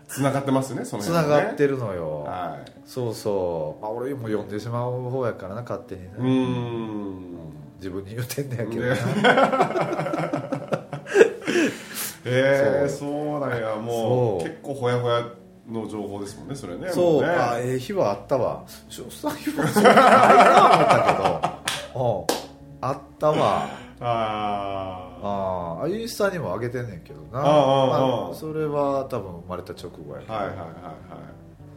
[SPEAKER 1] つながってますねその
[SPEAKER 3] つ
[SPEAKER 1] 辺は
[SPEAKER 3] な
[SPEAKER 1] ね
[SPEAKER 3] がってるのよ、
[SPEAKER 1] はい
[SPEAKER 3] そうそう、まあ、俺も読んでしまう方やからな勝手にね、
[SPEAKER 1] うーん
[SPEAKER 3] 自分に言うてんねやけど、
[SPEAKER 1] ねえー、そうなんやもう
[SPEAKER 3] そう
[SPEAKER 1] 結構ほやほやの情報ですもんねそれね
[SPEAKER 3] そ
[SPEAKER 1] も
[SPEAKER 3] う、
[SPEAKER 1] ね
[SPEAKER 3] あええ日はあったわ出産日はそうないな思ったけどうんあった わ
[SPEAKER 1] あー
[SPEAKER 3] ああインスタにも上げてんねんけどな
[SPEAKER 1] ああああ
[SPEAKER 3] まあそれは多分生まれた直後やけど、
[SPEAKER 1] はいはいはいはい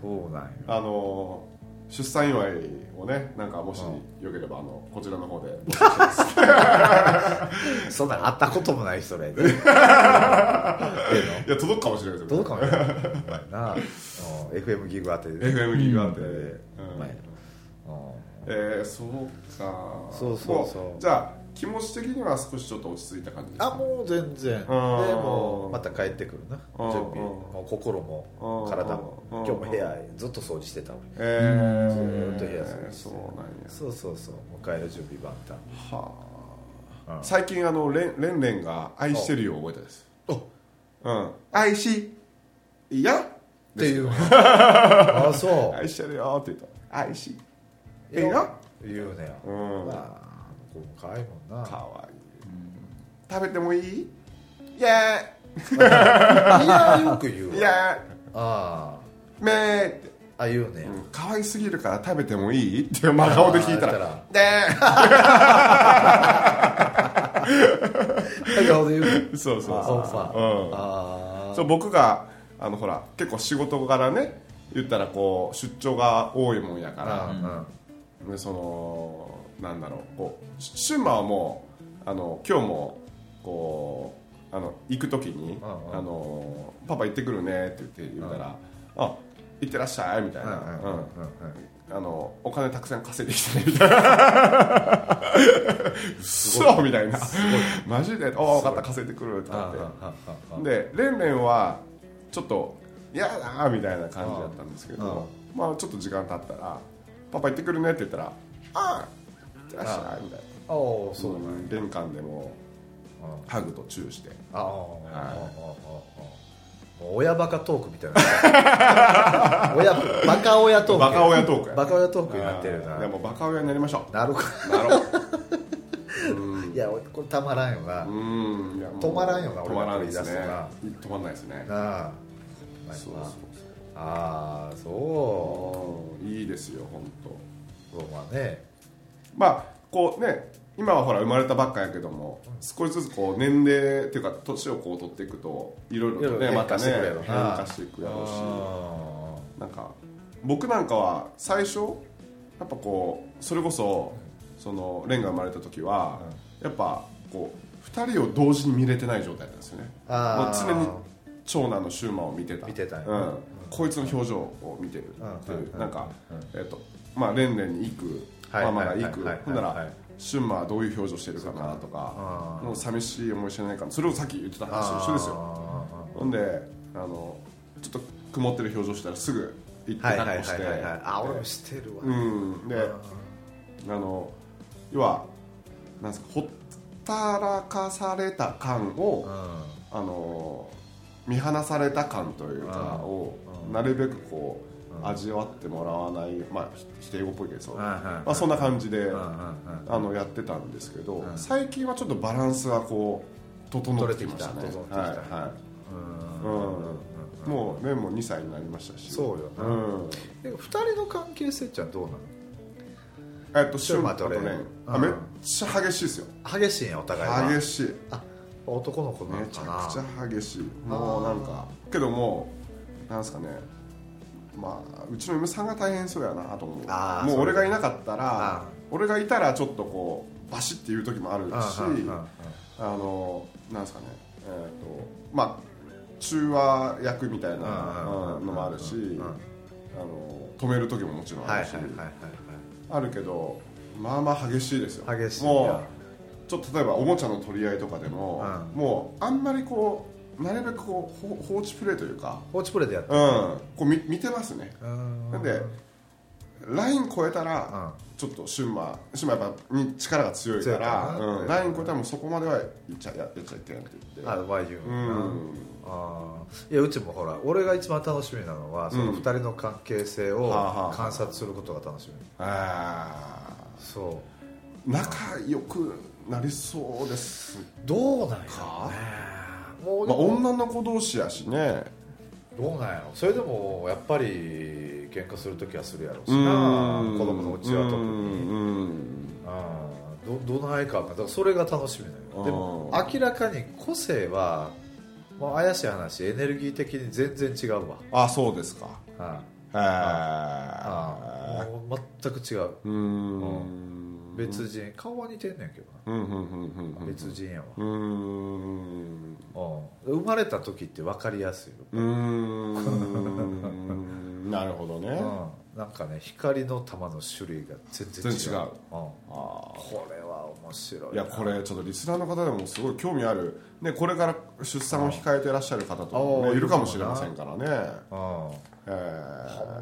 [SPEAKER 3] そうなんや
[SPEAKER 1] あのー出産祝いをねなんかもしよければあのこちらの方で募集してます
[SPEAKER 3] そんなんあったこともないそれ ええの
[SPEAKER 1] いや届くかもしれないです
[SPEAKER 3] ど
[SPEAKER 1] よ
[SPEAKER 3] うかもねお前な、うん、FM ギグ当てで
[SPEAKER 1] FM ギグ当てで
[SPEAKER 3] う
[SPEAKER 1] う
[SPEAKER 3] ん
[SPEAKER 1] ん
[SPEAKER 3] お前うん
[SPEAKER 1] えー、そうか
[SPEAKER 3] そうそうそう
[SPEAKER 1] もじゃあ気持ち的には少しちょっと落ち着いた感じです
[SPEAKER 3] あ
[SPEAKER 1] か
[SPEAKER 3] もう全然でもうまた帰ってくるな
[SPEAKER 1] うん
[SPEAKER 3] 準備もう心も体も
[SPEAKER 1] うん
[SPEAKER 3] 今日も部屋ずっと掃除してたわ
[SPEAKER 1] えー、
[SPEAKER 3] ずーっと部屋掃除して
[SPEAKER 1] そうなんや
[SPEAKER 3] そうそうそう迎える準備万端
[SPEAKER 1] はあ、
[SPEAKER 3] うん
[SPEAKER 1] 最近あのレンレンレンが「愛してるよ」を覚えたですうん「愛しいや
[SPEAKER 3] っていうあそう
[SPEAKER 1] 愛してるよ」って言った「愛しい
[SPEAKER 3] いい
[SPEAKER 1] よ
[SPEAKER 3] よ言うねよ」
[SPEAKER 1] うん
[SPEAKER 3] ま
[SPEAKER 1] か
[SPEAKER 3] あこうかわいいもんな
[SPEAKER 1] わいい、食べてもいい?」いや
[SPEAKER 3] いやよく言う
[SPEAKER 1] ー「い
[SPEAKER 3] わ
[SPEAKER 1] や
[SPEAKER 3] あ
[SPEAKER 1] ーめー」って
[SPEAKER 3] あ言うね、
[SPEAKER 1] 可愛すぎるから食べてもいいって真顔で聞いたら
[SPEAKER 3] あ
[SPEAKER 1] 「で
[SPEAKER 3] 笑顔で言うね
[SPEAKER 1] ー そうそう
[SPEAKER 3] そう
[SPEAKER 1] そう
[SPEAKER 3] か
[SPEAKER 1] うん
[SPEAKER 3] あ
[SPEAKER 1] そう僕があのほら結構仕事からね言ったらこう出張が多いもんや
[SPEAKER 3] あ
[SPEAKER 1] か
[SPEAKER 3] うん
[SPEAKER 1] ら、でそのなんだろうこうシシュンマはもうあの今日もこうあの行く時に、
[SPEAKER 3] うんうん
[SPEAKER 1] あの「パパ行ってくるね」って言って言うたら「あ行ってらっしゃい」みたいな、
[SPEAKER 3] うん
[SPEAKER 1] うん
[SPEAKER 3] うん
[SPEAKER 1] あのお金たくさん稼いできてねみたいな そうみたいなマジで「おお分かった稼いでくる」って
[SPEAKER 3] あ
[SPEAKER 1] なって。
[SPEAKER 3] あああ
[SPEAKER 1] でレンレンはちょっと嫌だなみたいな感じだったんですけどまあちょっと時間経ったら「パパ行ってくるね」って言ったら「ああ行ってらっしゃい」みたいな
[SPEAKER 3] あーそうだね
[SPEAKER 1] ん玄関でも
[SPEAKER 3] あ
[SPEAKER 1] ハグとチューして
[SPEAKER 3] ああああああもう親バカトークみたいな 親バカ親トーク
[SPEAKER 1] バカ親トークや
[SPEAKER 3] バカ親トークになってる
[SPEAKER 1] あーで
[SPEAKER 3] な
[SPEAKER 1] もバカ親になりましょ
[SPEAKER 3] なるほ
[SPEAKER 1] うなろう
[SPEAKER 3] どいや俺これたまらんよな
[SPEAKER 1] うーんいやもう
[SPEAKER 3] 止まらんよな
[SPEAKER 1] 止まらんです
[SPEAKER 3] 俺
[SPEAKER 1] ね
[SPEAKER 3] が
[SPEAKER 1] 止まんないですね
[SPEAKER 3] なあ
[SPEAKER 1] そうそう
[SPEAKER 3] ああそ
[SPEAKER 1] そういいですよ本当
[SPEAKER 3] うそうまあね
[SPEAKER 1] まあこうね今はほら生まれたばっかやけども少しずつこう年齢っていうか年をこう取っていくといろいろと
[SPEAKER 3] いろい
[SPEAKER 1] ね
[SPEAKER 3] ろ
[SPEAKER 1] また
[SPEAKER 3] 変化
[SPEAKER 1] ね
[SPEAKER 3] してくるやろ
[SPEAKER 1] 変
[SPEAKER 3] な
[SPEAKER 1] 化していくやろうし
[SPEAKER 3] あ
[SPEAKER 1] なんか僕なんかは最初やっぱこうそれこそそのレンが生まれた時はやっぱこう2人を同時に見れてない状態なんですよね
[SPEAKER 3] あー
[SPEAKER 1] もう常に長男のシューマンを見てた
[SPEAKER 3] 見てたんや
[SPEAKER 1] うん、こいつの表情を見てるっていう、
[SPEAKER 3] うん
[SPEAKER 1] なんか、えっとまあレンレンに行く、
[SPEAKER 3] はい
[SPEAKER 1] ママが行く、
[SPEAKER 3] はいはいはい
[SPEAKER 1] ほんなら、
[SPEAKER 3] はい
[SPEAKER 1] シュンマはどういう表情してるかなとか
[SPEAKER 3] あー
[SPEAKER 1] もう寂しい思いしてないかなそれをさっき言ってた
[SPEAKER 3] あ
[SPEAKER 1] 話と一緒ですよ
[SPEAKER 3] よ
[SPEAKER 1] ほんであのちょっと曇ってる表情したらすぐ行って
[SPEAKER 3] はいは
[SPEAKER 1] 抱っ
[SPEAKER 3] いはい
[SPEAKER 1] こし
[SPEAKER 3] はい
[SPEAKER 1] て
[SPEAKER 3] はいあ俺もしてるわ
[SPEAKER 1] うんであの要はなんですかほったらかされた感を
[SPEAKER 3] うん
[SPEAKER 1] あの見放された感というか
[SPEAKER 3] うん
[SPEAKER 1] を
[SPEAKER 3] うん
[SPEAKER 1] なるべくこう味わってもらわないまあひ否定語っぽいけど
[SPEAKER 3] はいはいは
[SPEAKER 1] ま
[SPEAKER 3] い
[SPEAKER 1] あそんな感じで
[SPEAKER 3] うんうん
[SPEAKER 1] あのやってたんですけど
[SPEAKER 3] うん
[SPEAKER 1] 最近はちょっとバランスがこう整ってきましたね
[SPEAKER 3] 取れてきた
[SPEAKER 1] はい
[SPEAKER 3] 整ってきた
[SPEAKER 1] は
[SPEAKER 3] うん
[SPEAKER 1] いうんもうねもう2歳になりましたし
[SPEAKER 3] そうよな
[SPEAKER 1] うん
[SPEAKER 3] で二人の関係性っちゃどう
[SPEAKER 1] えっと
[SPEAKER 3] ちょっと
[SPEAKER 1] マ
[SPEAKER 3] 待
[SPEAKER 1] と
[SPEAKER 3] って
[SPEAKER 1] ね
[SPEAKER 3] 俺
[SPEAKER 1] あ
[SPEAKER 3] うん
[SPEAKER 1] めっちゃ激しいですよ
[SPEAKER 3] なの激しいんやお互いは
[SPEAKER 1] 激しい
[SPEAKER 3] 男の子な
[SPEAKER 1] め
[SPEAKER 3] の
[SPEAKER 1] ち
[SPEAKER 3] か
[SPEAKER 1] ゃ
[SPEAKER 3] な
[SPEAKER 1] くちゃ激しいもうなんかけどもうなんすかねまあうちの嫁さんが大変そうやなと思
[SPEAKER 3] あ
[SPEAKER 1] う
[SPEAKER 3] ー
[SPEAKER 1] もう
[SPEAKER 3] そう
[SPEAKER 1] 俺がいなかったら
[SPEAKER 3] あ
[SPEAKER 1] 俺がいたらちょっとこうバシッて言う時もあるし
[SPEAKER 3] うんうんうんうん
[SPEAKER 1] あのなんすかねえっ、とまあ中和役みたいな
[SPEAKER 3] うん
[SPEAKER 1] うんのもあるし
[SPEAKER 3] うん
[SPEAKER 1] あの止める時ももちろんあ
[SPEAKER 3] はいはい
[SPEAKER 1] るし
[SPEAKER 3] はいはい
[SPEAKER 1] あるけどまあまあ激しいですよ
[SPEAKER 3] はい激しい
[SPEAKER 1] もうちょっと例えばおもちゃの取り合いとかでも、
[SPEAKER 3] う
[SPEAKER 1] もうあんまりこうなるべくこうほ放置プレイというか、
[SPEAKER 3] 放置プレーでやっ
[SPEAKER 1] うん、こう見見てますね
[SPEAKER 3] たな
[SPEAKER 1] なんでライン超えたら、
[SPEAKER 3] うん
[SPEAKER 1] ちょっとシュンマシュンマやっぱに力が強いか
[SPEAKER 3] 強いから
[SPEAKER 1] ら、
[SPEAKER 3] な
[SPEAKER 1] うんライン超えたらもうそこまではやっちゃやっちゃいけないって言って
[SPEAKER 3] あワイユー
[SPEAKER 1] う
[SPEAKER 3] な、
[SPEAKER 1] ん
[SPEAKER 3] あーいやうちもほら俺が一番楽しみなのはその
[SPEAKER 1] うん
[SPEAKER 3] 二人の関係性を
[SPEAKER 1] はあはあ
[SPEAKER 3] 観察することが楽しみ、
[SPEAKER 1] あ
[SPEAKER 3] そ
[SPEAKER 1] ー仲良くなりそうです
[SPEAKER 3] うどうなんや
[SPEAKER 1] か
[SPEAKER 3] ろねもうで
[SPEAKER 1] まあ、
[SPEAKER 3] も、
[SPEAKER 1] 女の子同士やしね
[SPEAKER 3] どうなんやろそれでもやっぱり喧嘩するときはするやろうし
[SPEAKER 1] うん
[SPEAKER 3] な子供のうちは特に
[SPEAKER 1] うんうん
[SPEAKER 3] あーどどないかなだからそれが楽しみなのよでも
[SPEAKER 1] あ
[SPEAKER 3] 明らかに個性は、まあ、怪しい話エネルギー的に全然違うわ、
[SPEAKER 1] あそうですか
[SPEAKER 3] あ
[SPEAKER 1] へ
[SPEAKER 3] あ
[SPEAKER 1] あ
[SPEAKER 3] もう全く違う
[SPEAKER 1] うーん
[SPEAKER 3] 別人顔は似てんねんけど
[SPEAKER 1] うんうんうんうんう
[SPEAKER 3] なん別人やわ、
[SPEAKER 1] うーん
[SPEAKER 3] うん生まれた時って分かりやすいよ、
[SPEAKER 1] うーんなるほどね
[SPEAKER 3] うんなんかね光の球の種類が全然違う
[SPEAKER 1] 全然違う
[SPEAKER 3] うん
[SPEAKER 1] あ
[SPEAKER 3] これは面白
[SPEAKER 1] ー
[SPEAKER 3] い
[SPEAKER 1] いやこれちょっとリスナーの方でもすごい興味あるねこれから出産を控えていらっしゃる方とかも
[SPEAKER 3] あ
[SPEAKER 1] ね
[SPEAKER 3] ー
[SPEAKER 1] いるかもしれませんからね
[SPEAKER 3] うん
[SPEAKER 1] へー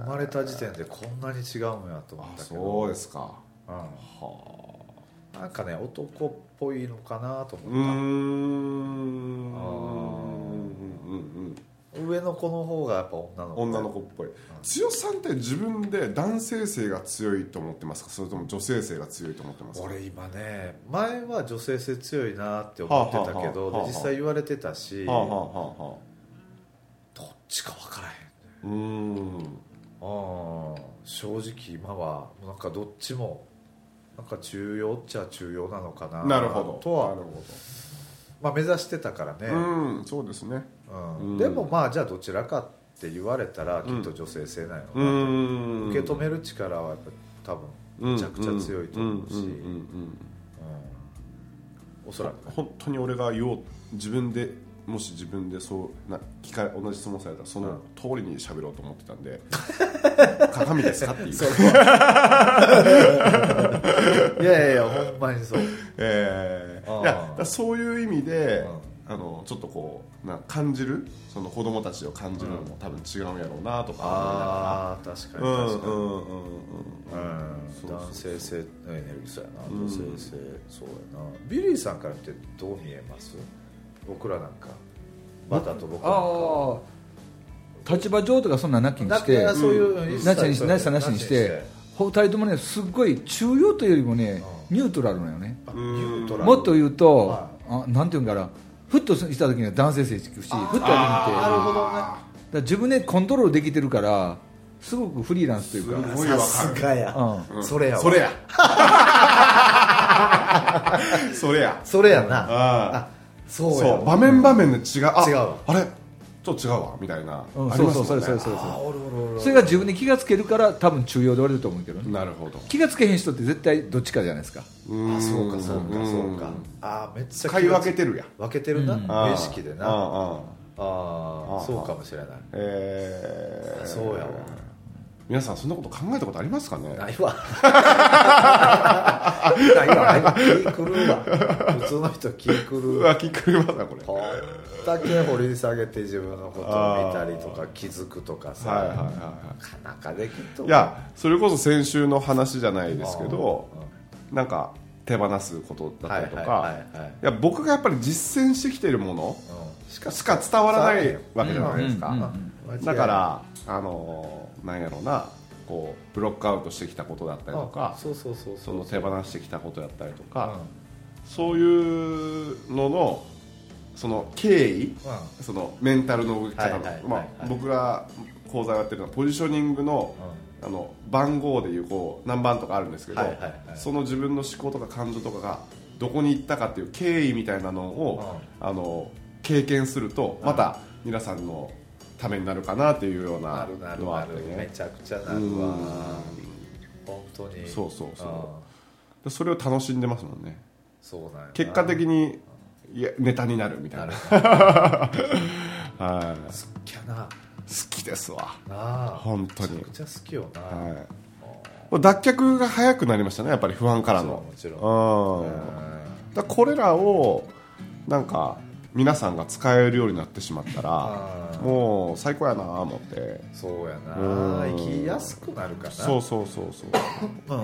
[SPEAKER 3] 生まれた時点でこんなに違うんやと思
[SPEAKER 1] あ
[SPEAKER 3] ったけど
[SPEAKER 1] そうですか
[SPEAKER 3] うんなんかね男っぽいのかなと
[SPEAKER 1] うーんうん
[SPEAKER 3] 思っ
[SPEAKER 1] うんうん
[SPEAKER 3] た、上の子の方がやっぱ女の子
[SPEAKER 1] 女の子っぽい強さんって自分で男性性が強いと思ってますかそれとも女性性が強いと思ってますか
[SPEAKER 3] 俺今ね前は女性性強いなって思ってたけど
[SPEAKER 1] はあはあはあはあ
[SPEAKER 3] で実際言われてたし
[SPEAKER 1] はあはあはあはあ
[SPEAKER 3] どっちか分からへ
[SPEAKER 1] う
[SPEAKER 3] ん
[SPEAKER 1] ーん
[SPEAKER 3] ああ正直今はなんかどっちもなんか中要っちゃ中要なのかな
[SPEAKER 1] なるほど
[SPEAKER 3] とは
[SPEAKER 1] なるほ
[SPEAKER 3] まあ、目指してたからね、
[SPEAKER 1] どうんそうですね
[SPEAKER 3] うん
[SPEAKER 1] うん
[SPEAKER 3] でもまあじゃあどちらかって言われたらきっと女性性なんや
[SPEAKER 1] う
[SPEAKER 3] ろな、
[SPEAKER 1] ん
[SPEAKER 3] 受け止める力はやっぱ多分めちゃくちゃ強いと思うし、
[SPEAKER 1] ん
[SPEAKER 3] うん
[SPEAKER 1] んうんうん
[SPEAKER 3] おそらくね
[SPEAKER 1] 本当に俺が言おう自分でもし自分でそうな聞か同じ質問されたらその通りに喋ろうと思ってたん で鏡ですかっていう
[SPEAKER 3] いやいやいやほんまにそう
[SPEAKER 1] えー
[SPEAKER 3] あー
[SPEAKER 1] いやだからそういう意味で、あのちょっとこうな感じるその子供たちを感じるのも多分違うんやろうなとか
[SPEAKER 3] ああ確か
[SPEAKER 1] 思いながら
[SPEAKER 3] に確かに、
[SPEAKER 1] うんうんうん
[SPEAKER 3] うん
[SPEAKER 1] そうそう
[SPEAKER 3] 男性性のエネルギーそうやな女性性、そうやなビリーさんから見てどう見えます僕らなんかバタと僕なんか
[SPEAKER 2] ああ立場上とかそんなんなきに
[SPEAKER 3] だ
[SPEAKER 2] し
[SPEAKER 3] か
[SPEAKER 2] て
[SPEAKER 3] らそういう、一
[SPEAKER 2] な
[SPEAKER 3] 切
[SPEAKER 2] しにし
[SPEAKER 3] そういう
[SPEAKER 2] なしさなしにしてほ二人ともねすっごい中央というよりもねニュートラルなのよね
[SPEAKER 3] あニュートラル
[SPEAKER 2] もっと言うと、
[SPEAKER 3] は
[SPEAKER 2] あなんていうんかなふっとした時には男性性聞くしふっとやってみてだ
[SPEAKER 3] なる
[SPEAKER 2] か
[SPEAKER 3] ほどね
[SPEAKER 2] ら自分でコントロールできてるからすごくフリーランスというか
[SPEAKER 1] すごいわかる
[SPEAKER 3] がや、
[SPEAKER 1] うん
[SPEAKER 3] それやわ
[SPEAKER 1] それ やそれや
[SPEAKER 3] それやな
[SPEAKER 1] あー
[SPEAKER 3] あそうや
[SPEAKER 1] そう場面場面で違うあ
[SPEAKER 3] 違うわ
[SPEAKER 1] あれちょっと違うわみたいな、
[SPEAKER 2] うん、
[SPEAKER 1] あり
[SPEAKER 2] そ
[SPEAKER 1] ま
[SPEAKER 2] う
[SPEAKER 1] す
[SPEAKER 2] そう
[SPEAKER 1] も
[SPEAKER 2] そ
[SPEAKER 1] ん
[SPEAKER 2] れ
[SPEAKER 1] ね
[SPEAKER 2] それそれそ
[SPEAKER 3] あ
[SPEAKER 2] れ
[SPEAKER 3] おるおるおる
[SPEAKER 2] それが自分で気がつけるから多分中央で割れると思うけどね
[SPEAKER 1] なるほど
[SPEAKER 2] 気がつけへん人って絶対どっちかじゃないですか
[SPEAKER 1] あ
[SPEAKER 3] あそうかそうかそうか
[SPEAKER 1] ん
[SPEAKER 3] あめっちゃ
[SPEAKER 1] 使い分けてるやん
[SPEAKER 3] 分けてるな、
[SPEAKER 2] うん
[SPEAKER 1] あー
[SPEAKER 3] 無意識でなあ
[SPEAKER 1] あーあー
[SPEAKER 3] あ
[SPEAKER 1] あ
[SPEAKER 3] ーそうかもしれない
[SPEAKER 1] えー
[SPEAKER 3] そうやわ
[SPEAKER 1] 皆さんそんなこと考えたことありますかね
[SPEAKER 3] ないわ ないわ気狂うわ普通の人気狂う
[SPEAKER 1] う
[SPEAKER 3] わ
[SPEAKER 1] わ気狂いますなこれ
[SPEAKER 3] こんだけ掘り下げて自分のことを見たりとか気づくとかさ、
[SPEAKER 1] はいはいはいは
[SPEAKER 3] なかなかできんと
[SPEAKER 1] い
[SPEAKER 3] 思う
[SPEAKER 1] いやそれこそ先週の話じゃないですけど
[SPEAKER 3] あーうん
[SPEAKER 1] なんか手放すことだったりと
[SPEAKER 3] はいは
[SPEAKER 1] か
[SPEAKER 3] いはいはい
[SPEAKER 1] いや僕がやっぱり実践してきてるもの
[SPEAKER 3] うんしか
[SPEAKER 1] しか伝わらないわけじゃないですか、
[SPEAKER 2] うんうんうん
[SPEAKER 1] だから、あのーなんやろうなこうブロックアウトしてきたことだったりとか
[SPEAKER 3] あそうそうそう
[SPEAKER 1] そうの手放してきたことだったりとか、
[SPEAKER 3] う
[SPEAKER 1] そういうののその経緯
[SPEAKER 3] んうん
[SPEAKER 1] そのメンタルの動き方の、
[SPEAKER 3] はいはいはいはい
[SPEAKER 1] まあ、僕が講座をやってるのはポジショニングの,、あの番号でいうこう何番とかあるんですけど、
[SPEAKER 3] はいはいはい
[SPEAKER 1] その自分の思考とか感情とかがどこに行ったかっていう経緯みたいなのを、あの経験するとまた皆さんのためになるかなっていうよう
[SPEAKER 3] な
[SPEAKER 1] な
[SPEAKER 3] るなる
[SPEAKER 1] のはあ
[SPEAKER 3] な
[SPEAKER 1] って
[SPEAKER 3] るめ
[SPEAKER 1] ね
[SPEAKER 3] ちゃくちゃな
[SPEAKER 1] う
[SPEAKER 3] るわ
[SPEAKER 1] ん
[SPEAKER 3] 本当に
[SPEAKER 1] そうそうそう
[SPEAKER 3] あ
[SPEAKER 1] でそれを楽しんでますもんね
[SPEAKER 3] そうなんやな
[SPEAKER 1] 結果的にいやネタになるみた
[SPEAKER 3] ないる
[SPEAKER 1] な
[SPEAKER 3] ほど
[SPEAKER 1] はい
[SPEAKER 3] 好きやなな
[SPEAKER 1] 好きですわ
[SPEAKER 3] あ
[SPEAKER 1] 本当に
[SPEAKER 3] めちゃくちゃ好きよな、
[SPEAKER 1] はい、脱却が早くなりましたねやっぱり不安からの
[SPEAKER 3] もちろんも
[SPEAKER 1] う
[SPEAKER 3] ちろ
[SPEAKER 1] ん
[SPEAKER 3] ん
[SPEAKER 1] だからこれらをなんか皆さんが使えるようになってしまったら
[SPEAKER 3] あー
[SPEAKER 1] もう最高やなと思って
[SPEAKER 3] そうやな
[SPEAKER 1] うん
[SPEAKER 3] 生きやすくなるかな
[SPEAKER 1] そうそうそうそう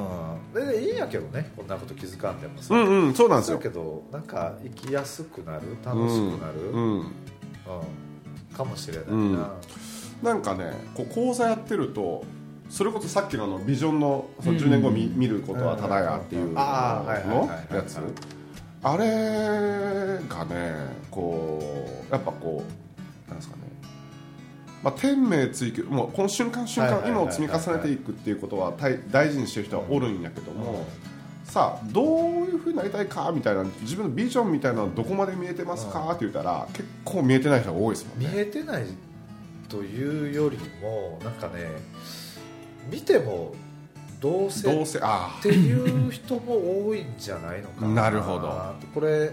[SPEAKER 3] うんでいいんやけどねこんなこと気づかんでもさ
[SPEAKER 1] うんうんそうなんです
[SPEAKER 3] そう
[SPEAKER 1] よ
[SPEAKER 3] やけどなんか生きやすくなる楽しくな
[SPEAKER 1] う
[SPEAKER 3] る、うん
[SPEAKER 1] ん、うん、
[SPEAKER 3] かもしれないな、
[SPEAKER 1] うんなんかねこう講座やってるとそれこそさっきのあのビジョンのその10年後見,、見ることはただやっていう
[SPEAKER 3] うん
[SPEAKER 1] の
[SPEAKER 3] あーはいはいはいはい
[SPEAKER 1] やつあれがねこうやっぱこうなんですかねまあ、天命追求もうこの瞬間瞬
[SPEAKER 3] はい
[SPEAKER 1] 間
[SPEAKER 3] はいはい
[SPEAKER 1] 今
[SPEAKER 3] はい
[SPEAKER 1] を積み重ねていくっていうことは大大事にしてる人はおるんやけど
[SPEAKER 3] うん
[SPEAKER 1] もさあどういうふうになりたいかみたいな自分のビジョンみたいなのどこまで見えてますかって言ったら結構見えてない人が多いですもん
[SPEAKER 3] 見
[SPEAKER 1] ね。
[SPEAKER 3] えてないというよりもなんかね見てもどうせ
[SPEAKER 1] どう
[SPEAKER 3] っ
[SPEAKER 1] せあ
[SPEAKER 3] ていう人も多いんじゃないのかな
[SPEAKER 1] なるほど
[SPEAKER 3] これ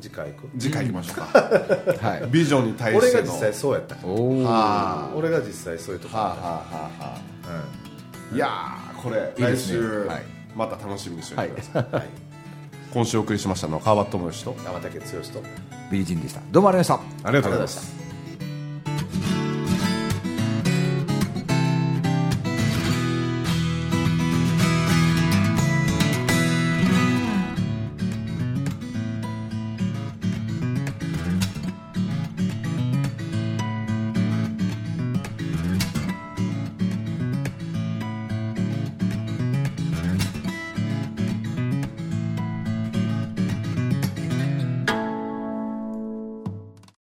[SPEAKER 3] 次回行く
[SPEAKER 1] ー次回行きましょうか。
[SPEAKER 2] はい
[SPEAKER 1] ビジョンに対しての
[SPEAKER 3] 俺が実際そうやったから
[SPEAKER 2] おお、
[SPEAKER 1] はあ
[SPEAKER 3] 俺が実際そういうとこ
[SPEAKER 1] はあ
[SPEAKER 3] や
[SPEAKER 1] は
[SPEAKER 3] っ
[SPEAKER 1] あ
[SPEAKER 3] た
[SPEAKER 1] はあは
[SPEAKER 3] うん
[SPEAKER 1] あいやーこれ
[SPEAKER 2] いいで
[SPEAKER 1] 来
[SPEAKER 2] すね
[SPEAKER 1] 週
[SPEAKER 2] はい
[SPEAKER 1] また楽しみにしておいてください、
[SPEAKER 3] はい、
[SPEAKER 1] 今週お送りしましたのは川端智之と
[SPEAKER 3] 山竹剛と
[SPEAKER 2] 美人でしたどうもありがとうございました
[SPEAKER 1] ありがとうございます